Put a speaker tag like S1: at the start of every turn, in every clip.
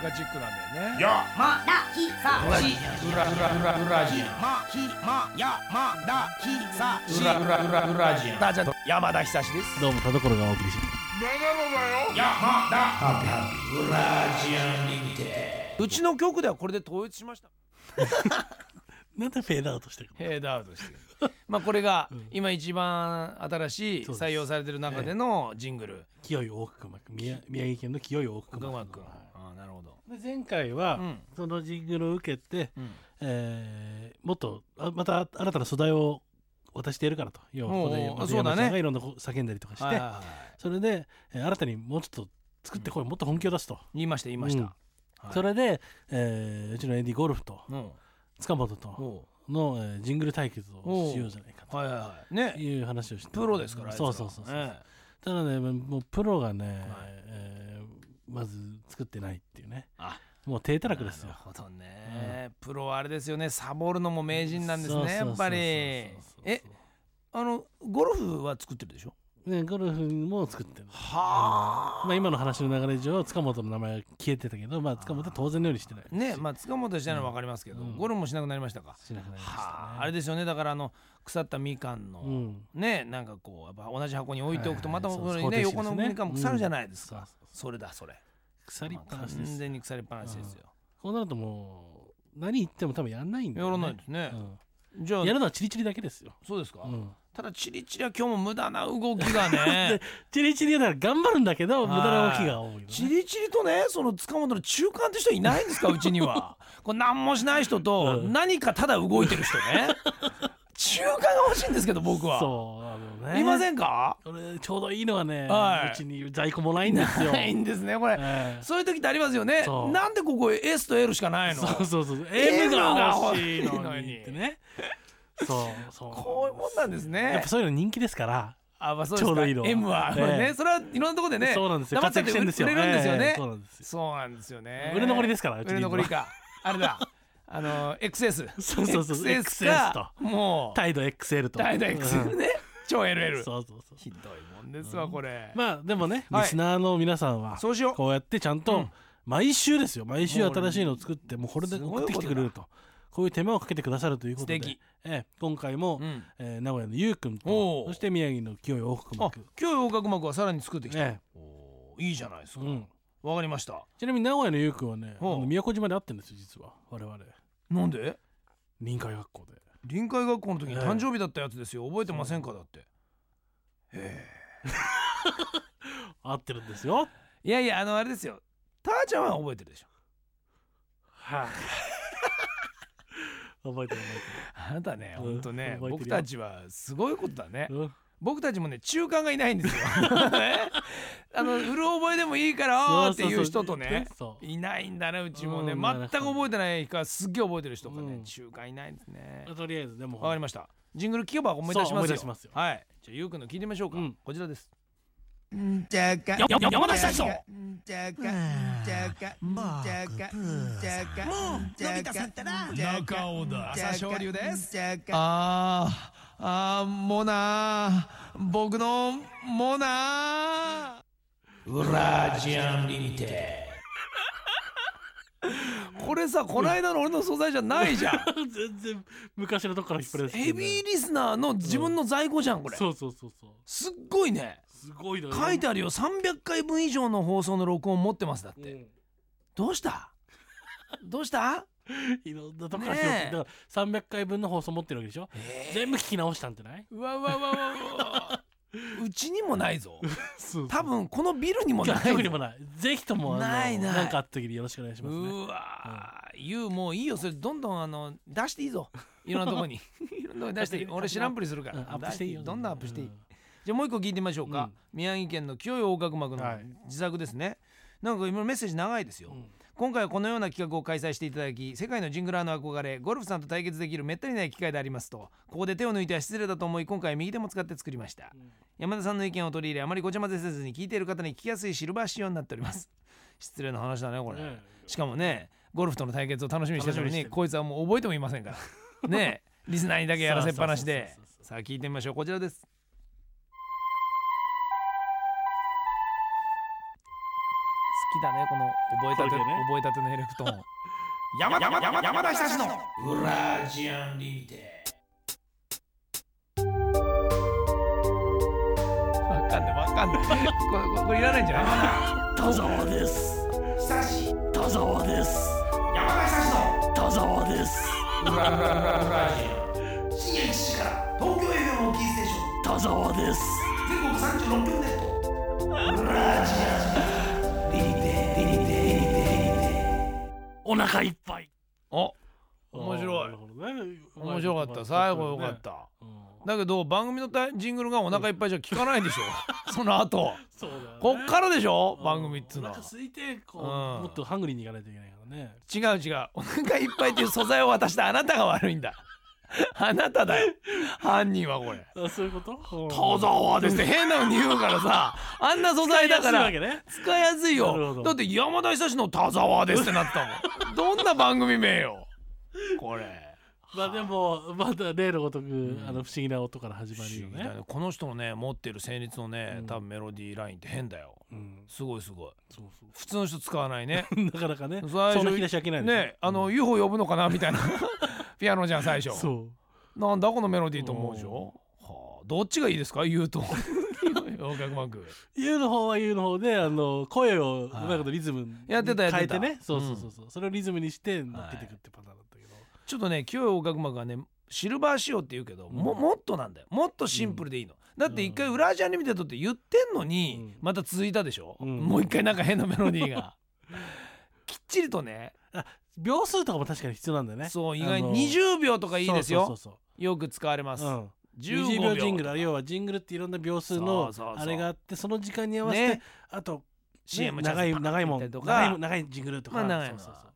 S1: カチックなんだよね。
S2: や
S3: まだひさじ
S1: 裏裏裏裏じゃ
S4: まひまやまだひさし
S1: ん。裏裏裏裏じゃん。
S4: ダジャンと山田久志です
S5: どうも田所がお送りしま
S2: だよやまだハッピーハッピー
S4: うちの局ではこれで統一しました
S5: すなんでフェードアウトしてる
S1: ヘードアウトしてる。まあこれが今一番新しい
S5: そうです
S1: 採用されてる中でのジングル。
S5: 清井大熊君宮宮城県の清井大
S1: くまく
S5: 熊
S1: ん。
S5: 君
S1: ああなるほど。
S5: で前回は、
S1: うん
S5: そのジングルを受けて、
S1: うん
S5: えーもっとあまた新たな素材を渡してやるからと要は
S1: おうおう
S5: ここでまた
S1: そうだね
S5: 山ちゃんがいろんなこう叫んだりとかして、
S1: はいはいはい
S5: それで、えー新たにもうちょっと作ってこい、もっと本気を出すと、
S1: 言いました言いまし
S5: うん
S1: た。はい
S5: それで、えーうちのエンディゴルフと
S1: うん。
S5: 塚本と
S1: お
S5: の、えージングル対決をしようじゃないか
S1: うはいはいはい。
S5: と
S1: ね。
S5: いう話をして
S1: プロですから。あいつら
S5: そうそうそうそう、
S1: ええ
S5: ただねもうプロがね、えーまず作ってないっていうね
S1: あ
S5: もう低たらくですよ
S1: なるほどね、プロはあれですよねサボるのも名人なんですね
S5: そ
S1: や
S5: うそうそうそう
S1: っぱり
S5: そうそうそう
S1: えあのゴルフは作ってるでしょ
S5: ね、ゴルフも作ってる。
S1: は
S5: まあ、今の話の流れ上、塚本の名前は消えてたけど、まあ、塚本は当然のようにしてない。
S1: ねまあ塚本してないのは分かりますけど、ゴルフもしなくなりましたか
S5: しなくなりましたね
S1: はああれですよねだからあの腐ったみかんの、
S5: うん
S1: ねなんかこうやっぱ同じ箱に置いておくと
S5: は
S1: ま
S5: い
S1: た
S5: はい
S1: ここに
S5: そう
S1: ね
S5: です
S1: 横の
S5: そうですね
S1: みかんも腐るじゃないですか、
S5: うんそう
S1: それだそれ
S5: 腐りっぱなしで
S1: 完
S5: す。
S1: 全に腐りっぱなしですよ、
S5: こうなるともう、何言っても多分やんないんだ
S1: や
S5: よ、
S1: ら
S5: ね。
S1: ないですね、
S5: うん
S1: じゃあ
S5: やるのはチリチリだけですよ。
S1: そうですか、
S5: ん
S1: ただチリチリは今日も無駄な動きが ね
S5: チリチリだから頑張るんだけど、無駄な動きが多いのね、
S1: チリチリとねその塚本の中間って人いないんですかうちに はこれ何もしない人と何かただ動いてる人 ね中間が欲しいんですけど僕は
S5: そう、あのね。
S1: いませ
S5: ん。
S1: んか
S5: これ、ちょうどいいのはね、
S1: はいう
S5: ちに在庫もないんですよ。
S1: ないんですねこれ、
S5: ええ
S1: そういう時ってありますよね
S5: そう
S1: なんでここ S と L しかないの
S5: そうそうそう。
S1: M
S5: M
S1: が
S5: が
S1: 欲
S5: 欲
S1: しい
S5: しい
S1: の
S5: の
S1: に
S5: にってね。そう、そう。
S1: こういうもんなんです
S5: や
S1: ね
S5: っぱそういうの人気ですから。
S1: あ、まあ、そうですか
S5: ちょうどいいの
S1: M は、
S5: ええ
S1: ねそれはいろんなとこでね
S5: そうなんですよ
S1: 黙ってて
S5: 活躍してんですよ
S1: 売れるんですよね、
S5: ええそうなんですよ
S1: そうなんですよね
S5: 売れ残りですからう
S1: 売
S5: ちに
S1: れ
S5: いるのは
S1: 残りかあれ だあの XS
S5: そうそうそう
S1: XS か
S5: XS
S1: もう
S5: 態度 XL と。
S1: 大体 XL ね超
S5: う
S1: LL
S5: んそうそうそう。
S1: ひどいもんですわこれ、
S5: まあでもね、
S1: はい
S5: リスナーの皆さんは
S1: そうしよう
S5: こうやってちゃんと毎週ですよ毎週新しいのを作ってもうこれです
S1: ごいこと
S5: 送
S1: だ
S5: ってきてくれるとこういう手間をかけてくださるということで
S1: 素敵
S5: ええ今回も、
S1: うん
S5: えー名古屋のゆうくん
S1: おう
S5: とそして宮城の清井大福
S1: あ
S5: 君
S1: 今日洋楽幕はさらに作ってきた、
S5: え
S1: おーいいじゃないですか
S5: えうん、
S1: わ、かりました
S5: ちなみに名古屋のゆうくんはねあ
S1: ほう
S5: の宮古島で会ってるんですよ実は我々
S1: なんで
S5: 臨海学校で
S1: 臨海学校の時に
S5: ええ
S1: 誕生日だったやつですよ覚えてませんかだって
S5: 会ってるんですよ
S1: いやいやあのあれですよターちゃんは覚えてるでしょ
S5: はい覚えてる覚
S1: あなたね
S5: うん
S1: ほんとね、
S5: 覚えてる
S1: 僕
S5: よ
S1: たちはすごいことだね
S5: えてる、うん
S1: 僕たちもね中間がいないんですよねあのうる覚えでもいいからあーっていう人とね
S5: そう
S1: いないんだねうちもね
S5: う
S1: 全く
S5: ん
S1: 覚えてないからすっげえ覚えてる人がね、
S5: うん
S1: 中間いないんですね
S5: とりあえずでも
S1: わかりましたジングル聞けば思い出しますよ
S5: そう思い出しますよ
S1: はいじゃあゆうくんの聞いてみましょうか、
S5: うん
S1: こちらです
S6: んちゃか
S1: やや山田久志
S6: ん
S1: の
S6: ちゃかんちゃかんちゃかんちゃかもうのび太さんったら中尾だ
S1: 朝青龍です
S6: ちゃか
S1: あーあーもなー僕のもなーウラジアンリミテ これさこの間の俺の素材じゃないじゃん
S5: 全然昔のとこから引っ張り出してく
S1: ヘ
S5: るね
S1: ビーリスナーの自分の在庫じゃんこれ
S5: そうそうそうそう
S1: すっごいね
S5: すごいのよ
S1: 書いてあるよ300回分以上の放送の録音持ってますだっ
S5: う
S1: て
S5: ん
S1: どうしたどうした
S5: いろんなとこから拾っ
S1: ね
S5: て
S1: え
S5: だから300回分の放送持ってるわけでしょ全部聞き直したんじゃないう
S1: わうわうわうわう わうちにもないぞ
S5: そう
S1: 多分このビルにも ない
S5: 楽曲にも
S1: ない
S5: ないぜひともあの
S1: ないない
S5: なんかあった時によろしくお願いしますね
S1: うわーゆうもういいよそれどんどんあの出していい ぞいろんなとこにいろんなとこに出していい俺知らんぷりするから
S5: うんアップしていいよ
S1: 出どんなアップしていい、
S5: うん
S1: じゃあもう一個聞いてみましょうか、宮城県の清い大角膜の
S5: はい
S1: 自作ですね、なんか今メッセージ長いですよ、今回はこのような企画を開催していただき世界のジングラーの憧れゴルフさんと対決できるめったにない機会でありますとここで手を抜いては失礼だと思い今回は右手も使って作りました、山田さんの意見を取り入れあまりごちゃ混ぜせずに聞いている方に聞きやすいシルバー仕様になっております失礼な話だねこれ、
S5: ね
S1: しかもねゴルフとの対決を楽しみにしてたの
S5: 楽しみに
S1: に
S5: してる
S1: こいつはもう覚えてもいません からねリスナーにだけやらせっぱなしで
S5: そうそうそう
S1: さあ聞いてみましょうこちらです
S5: 好
S1: 来たねこの覚えたて、
S5: これね
S1: 覚えたてのエレクトー ン
S4: 山山山山田久志の
S2: ブラジアンリミテ
S1: わかんないわかんないこれこれこれいらないんじゃない
S5: 田沢です
S2: ッド久し
S5: 田沢です
S2: 山田久志の
S5: 田沢です
S2: ブラブラブラブラジアン深夜1時から東京 FM をキーステーシ
S5: 田沢です
S2: ョン全国36局ネット
S5: お腹いっぱい
S1: お面白い
S5: なるほどね
S1: 面白かった最後よかった、だけど番組のタイジングルがお腹いっぱいじゃ聞かないでしょその後
S5: そうだよね
S1: こっからでしょ
S5: うん
S1: 番組っつうの
S5: お
S1: は
S5: 腹空いてこう
S1: うん
S5: もっとハングリーにいかないといけないからね
S1: 違う違うお腹いっぱいっていう素材を渡したあなたが悪いん だあなただよ犯人はこれ
S5: あそういうこと
S1: 小沢ですって変なのに言うからさあんな素材だから
S5: 安いわけね
S1: 使いやすい
S5: なるほ
S1: よ
S5: ど
S1: だって山田久志の田沢ですってなったもんどんな番組名よこれ
S5: まあでもまだ例のごとく、あの不思議な音から始まるよ
S1: 不思議だ
S5: ね。
S1: ねこの人のね持ってる旋律のね、多分メロディーラインって変だよ
S5: うん、
S1: すごいすごい
S5: そうそ
S1: 普通の人使わないね
S5: う。なかな かね、そ
S1: 最初
S5: んな引き出し開けない
S1: ねあの UFO 呼ぶのかなみ たいなピアノじゃん最
S5: うん
S1: 初
S5: そ
S1: なんだこのメロディーと思うでしょ、はあ、どっちがいいですか言うと 洋楽マーク
S5: う。言うの方は言うの方で、あの声をうまいことリズムに
S1: やってたやってた
S5: 変えてね、そうそうそうそう、それをリズムにして乗っけていくってパターンだったけど。
S1: ちょっとね清い音楽膜はねシルバー仕様って言うけど、ももっとなんだよもっとシンプルでいいの、だって一回ウラージャンリミテッドって言ってんのに、
S5: うん
S1: また続いたでしょ、
S5: うん
S1: もう一回なんか変なメロディー がきっちりとね
S5: 秒数とかも確かに必要なんだよね。
S1: そう意
S5: あ
S1: 外
S5: の
S1: に20秒とかいいです
S5: そう
S1: よ
S5: そう
S1: よく使われます、
S5: そうそう。うん。
S1: 15
S5: 20
S1: 秒
S5: 秒ジング
S1: とか
S5: ル要はジングルっていろんな秒数
S1: そ
S5: の
S1: うそうそう
S5: あれがあってその時間に合わせて、
S1: ね
S5: あと、ね
S1: CM
S5: 長い長いもん
S1: ちゃんと
S5: 長
S1: パッとやったりとか
S5: い長いジングルとか、
S1: まあ長いの
S5: そうそうそう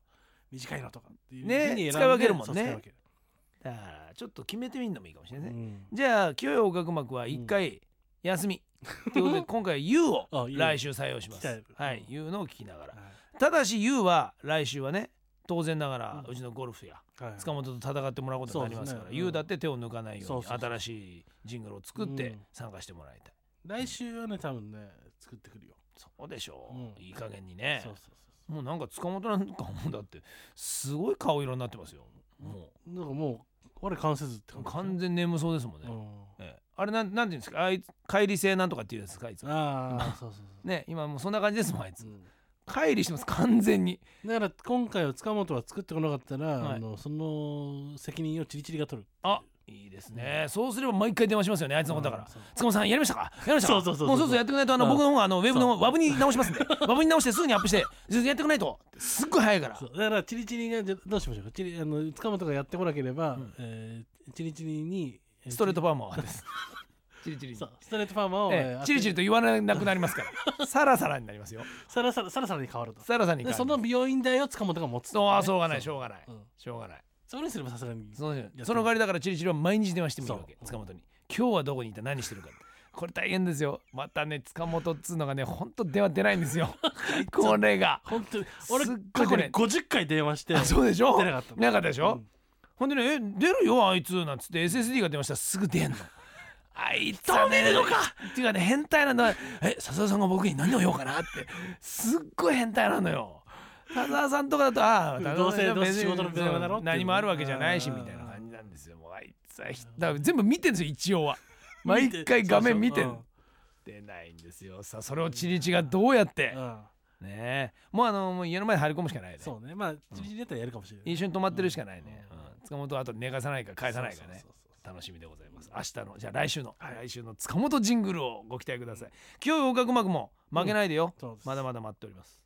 S5: 短いのとかっていう
S1: ね
S5: ふうに選んで
S1: 使い分けるもんね
S5: そう使い分ける
S1: だからちょっと決めてみるのもいいかもしれないね、
S5: うん
S1: じゃあ清い音楽膜は一回休み、という ことで今回は YOU を
S5: あ You
S1: 来週採用しま
S5: 聞きた
S1: す
S5: い
S1: はい YOU のを聞きながら
S5: は
S1: ただし YOU は来週はね当然ながらうちのゴルフや
S5: いはい
S1: 塚本と戦ってもらうことになりますか
S5: そう
S1: ら
S5: ですね
S1: YOU だって手を抜かないよ
S5: そうう
S1: に
S5: そうそう
S1: 新しいジングルを作っ
S5: う
S1: て
S5: ん
S1: 参加してもらいたい
S5: 来週はね多分ね作ってくるよ、
S1: そうでしょ
S5: う
S1: うんいい加減にね
S5: そうそうそ
S1: もうなんか塚本なんかもうだってすごい顔色になってますよも
S5: うなんかもう我関せずって
S1: う
S5: 感じ
S1: 完全眠そうですもんね
S5: う
S1: ええあれなんなんていうんですかあいつ乖離性なんとかっていうんですかあいつ
S5: んああそうそう
S1: ね今もうそんな感じですもんあい つ
S5: そう、うん
S1: 乖離してます完全に
S5: だから今回は塚本は作ってこなかったら、
S1: はい
S5: あのその責任をチリチリが取る
S1: あいいですねそうすれば毎回電話しますよねあいつのことだから塚本さんやりましたかやりましたか
S5: そうそうそうそう
S1: もうそろそろやってくれないとあの
S5: うん
S1: 僕の方があのウェブの
S5: そ
S1: WAV に直し ますんで WAV に直してすぐにアップしてずっとやってくれないとすっごい早いから
S5: そうだからチリチリがじゃどうしましょうかチリあの塚本がやってこなければ、えーチリチリにえ
S1: ストレート
S5: チ
S1: パーマーですチリチリ
S5: リ
S1: に
S5: そうストレートパーマを、
S1: ええチリチリ
S5: リ
S1: と言わなくなりますから サラサラになりますよ
S5: サラサラサラサラに変わると
S1: サラサラに変
S5: で
S1: わり
S5: そ
S1: ま
S5: の
S1: す
S5: 美容院代を塚本が持つと
S1: そう
S5: ね、
S1: あしょうがないしょうがない
S5: うん
S1: しょうがない
S5: それにすればさすがに
S1: その
S5: る
S1: その代わりだからチリチリは毎日電話してみるわけ
S5: そう
S1: 塚本に今日はどこにいた何してるかこれ大変ですよまたね塚本っつうのがねほんと電話出ないん ですよこれが
S5: 本当に俺
S1: すっごい
S5: 過
S1: こ
S5: 去
S1: れ
S5: に50回電話して
S1: あそうでしょ
S5: 出なかったの
S1: 出なかったでしょ、
S5: うん
S1: ほんでね「え出るよあいつ」なんつって SSD が出ましたらすぐ 出んの。あいつはね、止めるのかっていうかね変態なんだえ笹田さんが僕に何を言おうかなってすっごい変態なのよ笹田さんとかだとああ
S5: どうせ
S1: 笹田さん
S5: どうせ
S1: 別に
S5: 仕事の電話だろっていう
S1: 何もあるわけじゃないし
S5: うん
S1: みたいな感じなんですよもうあいつはひだから全部見てるんですよ一応 は毎回画面見て
S5: る
S1: る出ないんですよさあそれをチリチがどうやってねえもうあのもう家の前に張り込むしかないね
S5: そうねまあチリチリだったらやるかもしれない
S1: 一緒に泊まってるしかないね、うん塚本はあと寝かさないか返さないかね
S5: そうそうそう
S1: 楽しみでございます明日のじゃあ来週の、来週の塚本ジングルをご期待ください清い音楽幕も負けないでよ、
S5: そうです
S1: まだまだ待っております